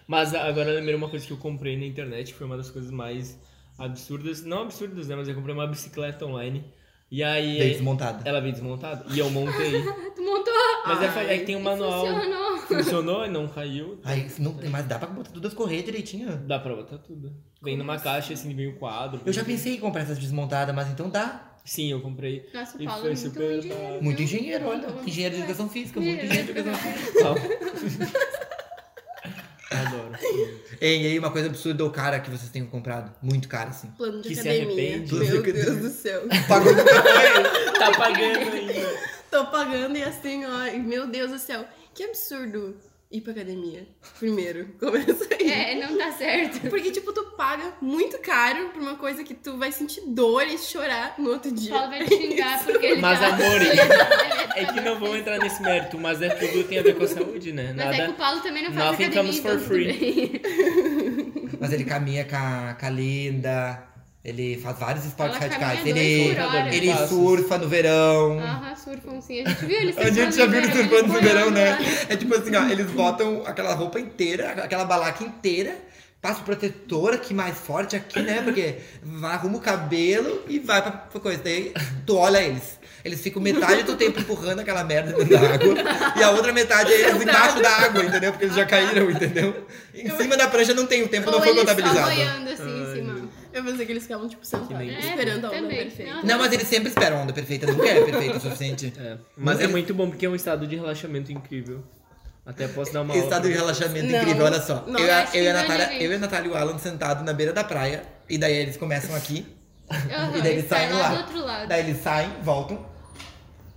E: Mas agora eu lembrei uma coisa que eu comprei na internet, que foi uma das coisas mais absurdas. Não absurdas, né? Mas eu comprei uma bicicleta online. E aí. É.
D: Daí desmontada.
E: Ela veio desmontada. E eu montei.
B: Tu montou?
E: Mas é fa- é que tem um manual.
B: Funcionou.
E: Funcionou e não caiu.
D: Ai, isso não, mas dá pra botar tudo as correias direitinho.
E: Dá pra botar tudo. Vem numa caixa, assim, vem o quadro.
D: Eu já pensei em comprar essas desmontadas, mas então dá.
E: Sim, eu comprei.
B: Nossa, o
E: E
B: Paulo
E: foi
B: é muito
E: super-
B: engenheiro.
D: Muito
B: viu?
D: engenheiro, olha.
B: Muito.
D: Engenheiro de educação física, muito
B: Engenheiro de
D: engenheiro de educação física.
E: Tal. [LAUGHS] Adoro.
D: Ei, ei, uma coisa absurda ou cara que vocês tenham comprado. Muito cara, assim.
C: Plano de
E: Que se
C: academia.
E: arrepende.
C: Meu Deus do céu.
E: [LAUGHS]
D: Pagou
E: Tá [LAUGHS] pagando ainda.
C: Tô pagando e assim, ó, e meu Deus do céu. Que absurdo ir pra academia. Primeiro, [LAUGHS] começa aí.
B: É, não tá certo.
C: Porque, tipo, tu paga muito caro por uma coisa que tu vai sentir dor e chorar no outro
B: O
C: dia.
B: Paulo vai te xingar porque ele
E: Mas,
B: tá... [LAUGHS]
E: amor,
B: ele
E: É que não vamos entrar nesse mérito, mas é tudo tem a ver com a saúde, né?
B: Mas é que
E: Nada.
B: o Paulo também não faz
E: Nothing
B: academia.
E: comes for
B: então tudo
E: free.
B: bem.
D: Mas ele caminha com a, com a Linda, ele faz vários esportes
B: Ela
D: radicais.
B: caminha
D: Ele,
B: dois por hora. Ah,
D: ele
E: Passos.
D: surfa no verão.
B: Aham, surfam sim. A gente viu eles
D: [LAUGHS] A gente já viu ele surfando no
B: eles
D: verão, né?
B: boiando lá.
D: É tipo assim, ó, eles botam aquela roupa inteira, aquela balaca inteira, passa o protetor aqui mais forte aqui, né? Porque vai, arruma o cabelo e vai pra, pra coisa. Daí tu olha eles. Eles ficam metade do tempo empurrando aquela merda dentro da água. E a outra metade é eles embaixo da água, entendeu? Porque eles já caíram, entendeu? Em cima da prancha não tem, o tempo não
B: Ou
D: foi
B: eles só
D: contabilizado.
B: boiando assim em cima.
C: Eu pensei que eles ficavam, tipo, sentados,
E: É nem-
C: esperando a onda
B: É, também.
C: perfeita.
B: Não.
D: Não, mas eles sempre esperam a onda perfeita, nunca é perfeita o suficiente.
E: É, mas é
D: Ele-
E: muito bom porque é um estado de relaxamento incrível. Até posso dar tá uma aula
D: Estado de
E: pra-
D: relaxamento
C: Não.
D: incrível, olha só.
C: Não,
D: eu, e a-
B: acho
D: eu, e a
B: que não,
D: Natália,
B: gente.
D: eu e a Natália e o Alan sentados na beira da praia, e daí eles começam aqui,
B: Aham,
D: e daí eles
B: sai
D: saem
B: lá
D: lá.
B: do outro lado.
D: Daí eles saem, voltam,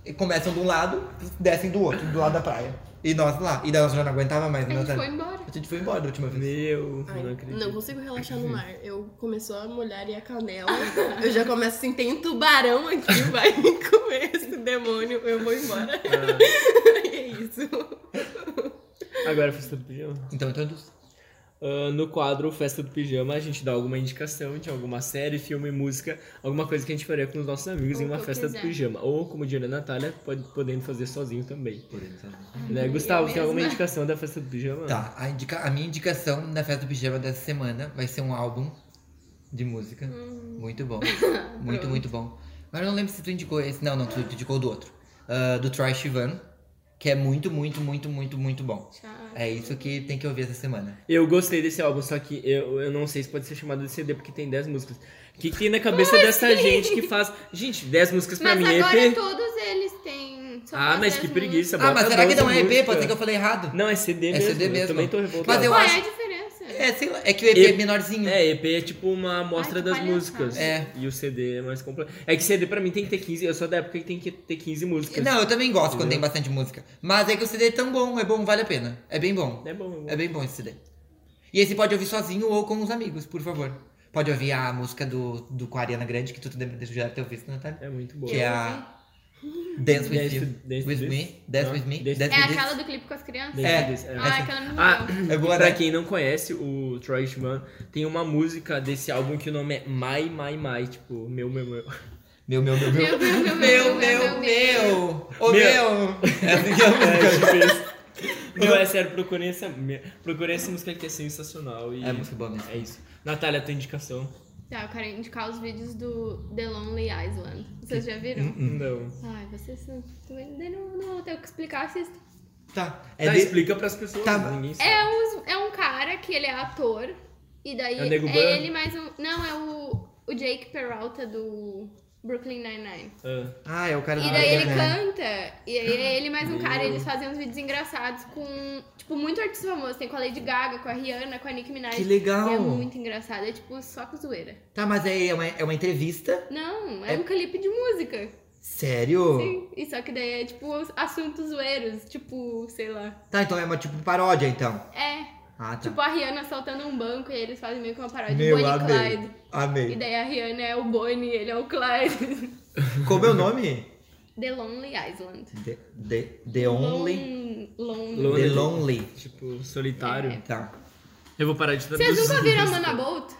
D: e começam de um lado, descem do outro, do lado da praia. E nós lá. E daí nós já não aguentava mais.
B: A
D: né,
B: gente
D: Natália?
B: foi embora.
D: A gente foi embora da última vez.
E: Meu,
C: Ai,
E: não
C: não,
E: acredito.
C: consigo relaxar
E: [LAUGHS]
C: no mar. Eu começou a molhar e a canela. Eu já começo assim, tem um tubarão aqui, vai me comer esse demônio, eu vou embora. [LAUGHS]
E: Ah.
C: e é isso.
E: Agora festa do pijama.
D: Então introduz.
E: Ah, no quadro Festa do Pijama, a gente dá alguma indicação de alguma série, filme, música, alguma coisa que a gente faria com os nossos amigos
B: Ou
E: em uma
B: que eu
E: festa
B: quiser.
E: do pijama. Ou, como diria a Natália, pode, podendo fazer sozinho também.
D: Por exemplo.
E: Né? Gustavo, tem alguma
B: Uhum, mesma.
E: indicação da festa do pijama?
D: Tá, a, indica- a minha indicação na festa do pijama dessa semana vai ser um álbum de música. Muito bom. muito, muito bom. Agora eu não lembro se tu indicou esse. Não, não, tu, tu indicou do outro. Ah, do Troy Sivan, que é muito, muito, muito, muito, muito bom.
B: Tchau.
D: É isso que tem que ouvir essa semana.
E: Eu gostei desse álbum, só que eu, eu não sei se pode ser chamado de CD porque tem 10 músicas. O que, que tem na cabeça dessa gente que faz. Gente, 10 músicas pra
B: Mas
E: mim é
B: agora
E: EP.
B: todos eles têm. só
E: Ah,
B: faz
E: mas
B: dez
E: que
B: minutos.
E: preguiça,
D: Ah, mas
E: bota
D: será que
E: 12
D: não é EP? Pode
E: músicas.
D: ser que eu falei errado.
E: Não, é CD
D: É
E: mesmo.
D: CD
E: Eu
D: mesmo.
E: também tô revoltado.
D: Mas eu
B: Qual é
D: acho-
B: a diferença?
D: É, sei lá, é que o EP é
E: E-
D: menorzinho.
E: É, EP é tipo uma amostra
B: Ai, que
E: das
B: palhaçada.
E: músicas.
D: É.
E: E o CD é mais completo. É que CD pra mim tem que ter 15. Eu sou da época que tem que ter 15 músicas.
D: Não, eu também gosto quando
E: Entendeu?
D: tem bastante música. Mas é que o CD é tão bom, é bom, vale a pena. É bem bom.
E: É bom, é
D: É
E: bom.
D: bem bom esse CD. E esse pode ouvir sozinho ou com os amigos, por favor. Pode ouvir a música do, do com a Ariana Grande, que tu deve- já deve ter ouvido, Natália.
E: É muito bom.
D: Que é a Dance With
E: Dance
D: You.
E: to- Dance to
D: with
E: This?
D: me. Dance
E: Não,
D: With Me.
E: Dance
D: Dance
E: to
B: É
D: With This.
B: aquela do clipe com as crianças?
D: É.
E: Dance to This,
B: Ah, aquela não
E: Ah,
D: Agora,
E: Pra quem não conhece, o Troy Sivan tem uma música desse álbum que o nome é My, My, My. Tipo, meu,
D: [LAUGHS]
E: meu, meu.
D: É, meu, meu, meu, meu.
B: Meu,
D: Meu,
B: meu, meu, meu,
D: meu,
B: meu,
D: meu. Ô,
E: Meu.
D: meu. É assim que é a música.
E: tipo Não, é sério, procurem essa, me- procurem essa música que é sensacional. E
D: É música boa mesmo.
E: É isso. Natália, tua indicação?
B: Tá, eu quero indicar os vídeos do The Lonely Island. Vocês já
D: Hum.
B: viram?
E: Não.
B: Ai, vocês são- também daí não, não vou ter o que explicar, assistam.
D: Tá.
E: É
D: É de...
E: Explica pras pessoas,
D: Tá.
E: ninguém sabe.
B: É um, é um cara que ele é ator. E daí
E: É o
B: é,
E: Nego Ban?
B: ele mais um. Não, é o, o Jake Peralta do Brooklyn Nine-Nine.
E: Ah,
D: Ah, é o cara do
B: E daí ele
D: né?
B: canta, e aí é ele mais um
E: Meu.
B: cara, e eles fazem uns vídeos engraçados com, tipo, muito artista famoso. Tem com a Lady Gaga, com a Rihanna, com a Nicki Minaj.
D: Que legal.
B: E é muito engraçado, é tipo só com zoeira.
D: Tá, mas é, é, uma, é uma entrevista?
B: Não, é, um clipe de música.
D: Sério?
B: Sim. E só que daí é tipo assuntos zoeiros, tipo, sei lá.
D: Tá, então é uma tipo paródia, então.
B: É,
D: Ah, tá.
B: tipo a Rihanna saltando um banco e eles fazem meio que uma paródia
D: Meu,
B: de Bonnie e
D: amei.
B: Clyde. E
D: Amei.
B: daí a Rihanna é o Bonnie e ele é o Clyde. [LAUGHS]
D: Como é o nome?
B: The Lonely Island.
D: The, the, the Only.
B: Lon- Lonely.
E: Lon-
D: The Lonely.
E: tipo, solitário.
D: Tá.
E: Eu vou parar de traduzir.
B: Vocês nunca viram a Mana Bolt?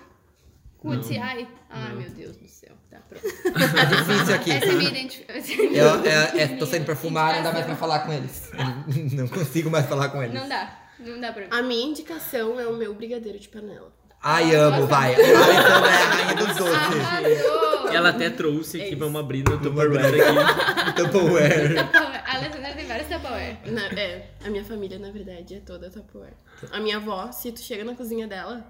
B: Com o T.I.? Ah, meu Deus do céu. Tá pronto.
D: Tá difícil aqui.
B: Essa é minha identificação.
D: Eu, eu- eu É, tô saindo pra fumar, não dá mais pra falar com eles. [LAUGHS] Não consigo mais falar com eles.
B: Não dá. Não dá pra mim.
C: A minha indicação é o meu brigadeiro de panela.
D: Ai, amo, vai. A Alessandra é a rainha dos doces. [LAUGHS]
B: Ah, Arrasou!
E: Ela até trouxe aqui, vamos abrir no Tupperware
D: abrir.
E: aqui.
D: Tupperware.
B: Tupperware. A Alessandra tem várias Tupperware.
C: Na- é, a minha família, na verdade, é toda tapoar. A minha avó, se tu chega na cozinha dela,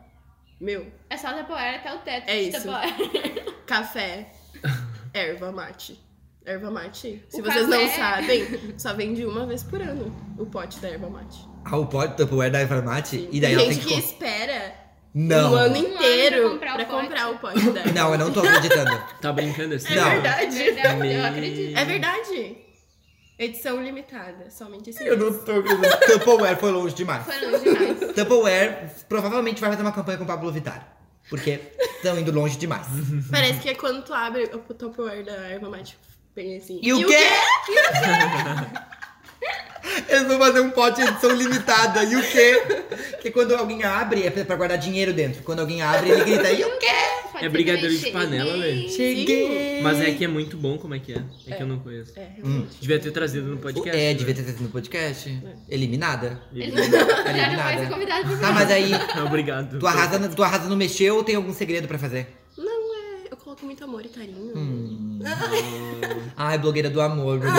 C: meu,
B: É só Tupperware até o teto.
C: É
B: de
C: isso.
B: Tupperware.
C: café,
D: [LAUGHS]
C: erva mate. Erva mate, se
B: O
C: vocês não
B: café-
C: sabem, só vende uma vez por ano o pote da erva mate.
D: Ah, o pote Tupperware da Evermate? E daí ela tem
C: gente
D: que...
C: que
D: co-
C: espera um ano
D: Não.
C: inteiro
B: Um ano pra
C: pra comprar
B: comprar
C: o pote da erva.
D: Não, eu não tô acreditando.
E: Tá brincando assim?
C: É
D: não.
C: verdade.
B: É verdade, eu acredito.
C: É verdade. Edição limitada, somente esse
D: Eu
C: mês.
D: não tô acreditando. Tupperware foi longe demais.
B: Foi longe demais.
D: Tupperware provavelmente vai fazer uma campanha com o Pablo Vittar. Porque estão indo longe demais.
C: Parece que é quando tu abre o Tupperware da erva mate, bem assim.
D: E o quê? [LAUGHS] Eles vão fazer um pote de edição limitada. E o quê? Que quando alguém abre, é pra guardar dinheiro dentro. Quando alguém abre, ele grita, e o quê?
B: Pode ser
E: É brigadeiro
B: também
E: de
B: cheio.
E: panela, velho.
D: Cheguei!
E: Mas é que é muito bom, como é que é? É, que eu não conheço.
D: Hum.
C: É, realmente.
E: Devia ter trazido no podcast.
D: É,
E: né?
D: devia ter sido no podcast.
B: É.
D: Eliminada.
B: [LAUGHS] Ele não, já não vai
D: Eliminada.
B: ser convidado pro
D: Tá, mas aí,
E: Obrigado.
D: tu arrasa, no- tu arrasa no mexer ou tem algum segredo pra fazer?
B: [LAUGHS]
C: Não, é. Eu coloco muito amor e carinho.
D: Hum. Ai, blogueira do amor, Bruno.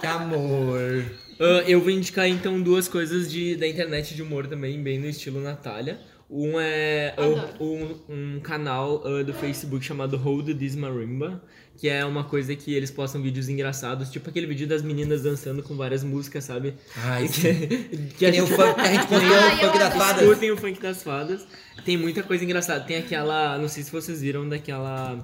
D: Que amor.
E: Ah, eu vou indicar então duas coisas de, da internet de humor também, bem no estilo Natália. Um é
B: Adoro.
E: um, um canal ah, do Facebook chamado Hold This Marimba, que é uma coisa que eles postam vídeos engraçados, tipo aquele vídeo das meninas dançando com várias músicas, sabe?
D: Ai, que,
E: [LAUGHS] que, é tipo
D: que nem o
E: [LAUGHS]
D: funk que a gente postou
B: Ai,
D: no funk
B: eu
D: das
B: adoro.
D: fadas.
E: Escutem o funk das fadas. Tem muita coisa engraçada. Tem aquela. Não sei se vocês viram daquela.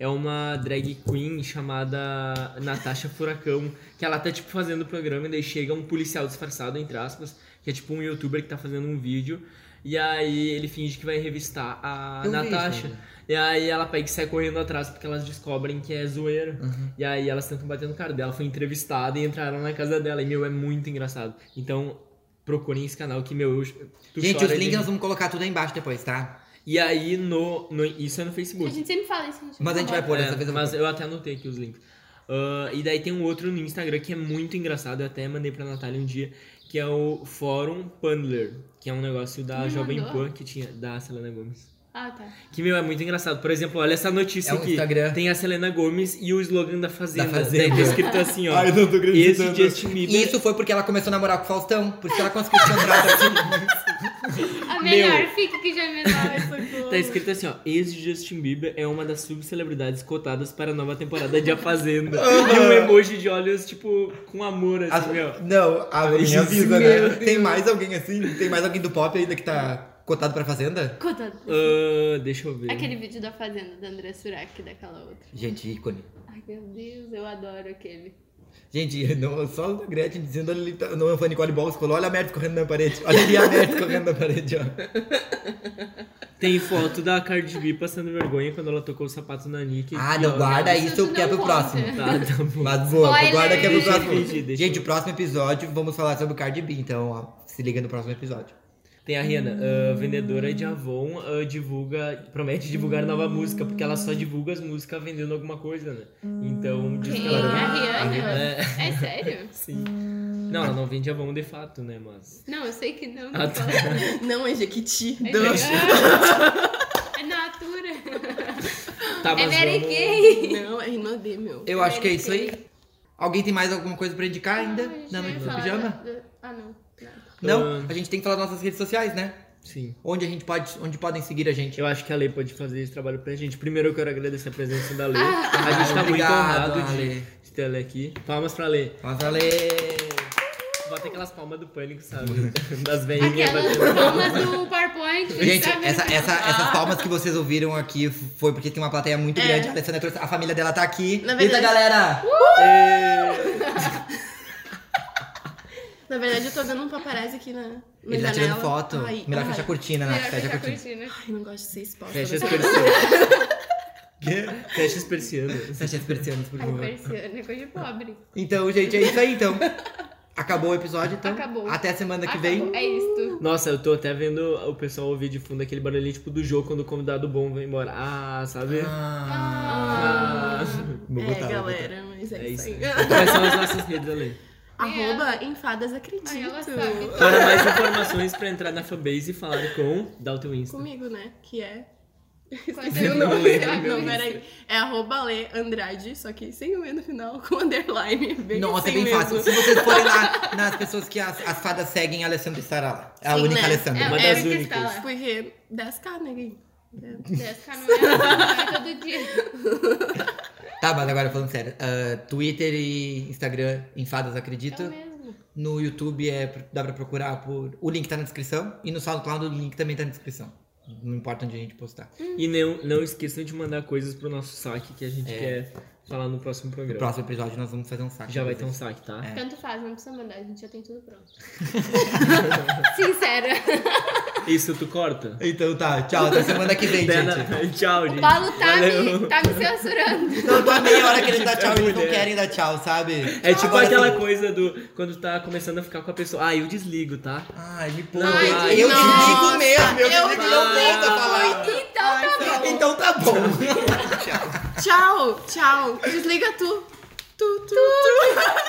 E: É uma drag queen chamada Natasha Furacão. Que ela tá tipo fazendo o programa e daí chega um policial disfarçado, entre aspas, que é tipo um youtuber que tá fazendo um vídeo. E aí ele finge que vai revistar a
D: Eu vi isso,
E: Natasha.
D: né?
E: E aí ela pega e sai correndo atrás porque elas descobrem que é zoeira. E aí elas tentam bater no cara dela. Foi entrevistada e entraram na casa dela. E, meu, é muito engraçado. Então, procurem esse canal que, meu, eu, tu
D: Gente,
E: chora
D: os
E: de
D: links
E: rir.
D: nós vamos colocar tudo aí embaixo depois, tá?
E: E aí, no, no- Isso é no
B: A
E: Facebook.
B: gente sempre fala isso. gente
D: Mas a gente vai pôr
E: É,
D: dessa vez. eu vou
E: mas
D: pôr.
E: eu até anotei aqui os links. Ah, e daí tem um outro no Instagram que é muito engraçado, eu até mandei pra Natália um dia, que é o Fórum Pandler, que é um negócio da
D: Hum,
B: Me
E: Jovem
B: mandou.
E: Pan que tinha, da Selena Gomes.
B: Ah, tá.
E: Que, meu, é muito engraçado. Por exemplo, olha essa notícia
D: É um
E: aqui.
D: Instagram.
E: Tem a Selena Gomes e o slogan da Fazenda.
D: Da Fazenda.
E: Daí tá escrito assim, ó.
A: Ai, não tô acreditando.
E: Esse Justin Bieber...
D: Isso foi porque ela começou a namorar com o Faustão, por isso que ela conseguiu esse contrato
E: [LAUGHS]
D: assim.
B: A melhor fica que já é me dá.
E: Tá escrito assim, ó. Ex-Justin Bieber é uma das subcelebridades cotadas para a nova temporada de A Fazenda. E um emoji de olhos, tipo, com amor, assim, meu.
D: As- Não, abre
A: Isso,
D: minha avisa,
E: meu
D: né? Tem mais alguém assim? Tem mais alguém do pop ainda que tá cotado pra Fazenda?
B: Coitado.
E: Ah, deixa eu ver.
B: Aquele vídeo da Fazenda, da André Surak, daquela outra.
D: Gente, ícone.
B: Ai, meu Deus, eu adoro aquele.
D: Gente, [LAUGHS] não, só a Gretchen dizendo ali, tá- não foi a Nicole Balls, falou, olha a merda correndo na parede, olha ali a
E: [LAUGHS]
D: merda correndo na parede, ó.
E: Tem foto da Cardi B passando vergonha quando ela tocou o sapato na Nick.
D: Ah,
E: E, ó,
D: não, guarda
B: Isso
D: isso
B: não
D: que é pro
B: conta.
D: próximo.
E: Tá, tá bom.
D: Mas boa,
B: Spoiler!
D: guarda que é pro
E: Deixa eu
D: próximo.
E: pedir, deixa
D: Gente,
E: eu-
D: o próximo episódio vamos falar sobre o Cardi B, então, ó, se liga no próximo episódio.
E: Tem a Rihanna, ah, vendedora de Avon, ah, divulga, promete divulgar nova música, porque ela só divulga as músicas vendendo alguma coisa, né? Então, diz que
B: Quem?
E: ela
B: A
E: vende-
B: Rihanna? É sério?
E: Sim. Não, ela não vende Avon de fato, né? Mas.
B: Não, eu sei que não.
E: Ah, tá.
C: Não é Jequiti.
B: [LAUGHS] É
C: Não.
B: Rihanna. É Natura.
E: Tá,
B: É
E: mas
B: Mary
E: vamos-
B: Kay.
C: Não, é Rinodê, meu.
D: Eu acho que é isso aí. Alguém tem mais alguma coisa pra indicar ainda? Na noite do pijama?
B: Ah, não. Nada.
D: Não, a gente tem que falar das nossas redes sociais, né?
E: Sim.
D: Onde a gente pode, onde podem seguir a gente.
E: Eu acho que a Lei pode fazer esse trabalho pra gente. Primeiro eu quero agradecer a presença da Lei.
B: Ah.
E: a gente tá
D: obrigado,
E: muito honrado
D: Ale.
E: de, de ter ela aqui. Palmas pra Lei.
D: Mas valeu!
E: Bota aquelas palmas do
D: [LAUGHS]
E: pânico, sabe? Das velhinhas.
B: Aquelas
E: batendo.
B: palmas do PowerPoint.
D: Gente,
B: sabe?
D: essa, essa, essas palmas que vocês ouviram aqui foi porque tem uma plateia muito
B: É.
D: grande. A Alessandra trouxe, a família dela tá aqui.
C: Na
D: Eita,
C: verdade-
D: galera!
B: uh,
C: Na verdade, eu tô vendo um paparazzi aqui na, na
D: Ele tá tirando
C: janela.
D: foto.
C: Ai,
D: Melhor
C: ai.
D: fechar a cortina, Nath.
B: Melhor
D: Fecha a
B: fechar a
D: cortina.
B: cortina.
C: Ai, não gosto de ser exposta.
E: Fecha as
C: né?
E: persianas. Fecha as persianas.
D: Fecha as persianas, por
B: Ai,
D: favor.
B: persiana, é coisa de pobre.
D: Então, gente, é isso aí,
B: [LAUGHS]
D: então. Acabou o episódio, então.
B: Acabou.
D: Até a semana que
B: Acabou.
D: vem.
B: É isto.
E: Nossa, eu tô até vendo o pessoal ouvir de fundo aquele barulhinho tipo do jogo quando o convidado bom vai embora. Ah, sabe?
D: Ah,
E: Ah.
D: vou
C: É,
D: botar, vou
C: galera, mas é,
E: É isso aí.
C: isso aí. [LAUGHS]
E: Quais são as nossas redes, Ale?
C: Arroba em fadas acredito.
B: Ai, ela sabe.
E: Para mais informações pra entrar na fanbase e falar com... Dá o teu Insta.
C: Comigo, né? Que é.
B: Quando eu
E: não lembro,
B: sabe,
C: Não, peraí. É arroba Lê Andrade, só que sem o E no final, com underline. Bem
D: Nossa, é
C: assim
D: bem
C: mesmo.
D: fácil. Se vocês forem
C: [LAUGHS]
D: lá nas pessoas que as, as fadas seguem, a Alessandra estará lá. É a
C: Sim,
D: única
C: né?
D: Alessandra.
E: Uma
B: É,
E: das
B: é porque
E: únicas.
B: está lá.
C: Tipo, Porque 10k, né, Gui?
B: Jéssica não é, não é todo dia.
C: é.
D: Tá, mas agora falando sério. ah, Twitter e Instagram em Fadas Acredito.
B: É o mesmo.
D: No YouTube é, dá pra procurar por. O link tá na descrição. E no SoundCloud o link também tá na descrição. Não importa onde a gente postar.
E: E não, não esqueçam de mandar coisas pro nosso saque que a gente quer falar no próximo
D: No
E: programa.
D: próximo episódio nós vamos fazer um saque.
E: Já vai ter um saque, tá?
D: É.
B: Tanto faz, não precisa mandar, a gente já tem tudo pronto. Sincera.
E: Isso tu corta?
D: Então tá, tchau. Até semana que vem,
E: Dana,
D: gente.
E: [LAUGHS] tchau,
B: O
E: gente.
B: Paulo tá
E: Valeu.
B: me, tá me censurando.
D: Não, eu tô há meia hora querendo dar tchau, eles não
E: É Mulher.
D: querem dar tchau, sabe?
E: É tipo
D: Agora
E: aquela
D: sim.
E: coisa do quando tá começando a ficar com a pessoa. Ah, eu desligo, tá?
D: Ai, me poupa.
E: Ai,
D: Ai, eu te
C: nossa,
D: digo mesmo, eu,
C: eu
D: te digo, não
E: vou.
D: volta a falar.
B: Então tá bom.
D: Então tá bom.
C: Tchau, tchau. Desliga tu. Tu, tu, tu.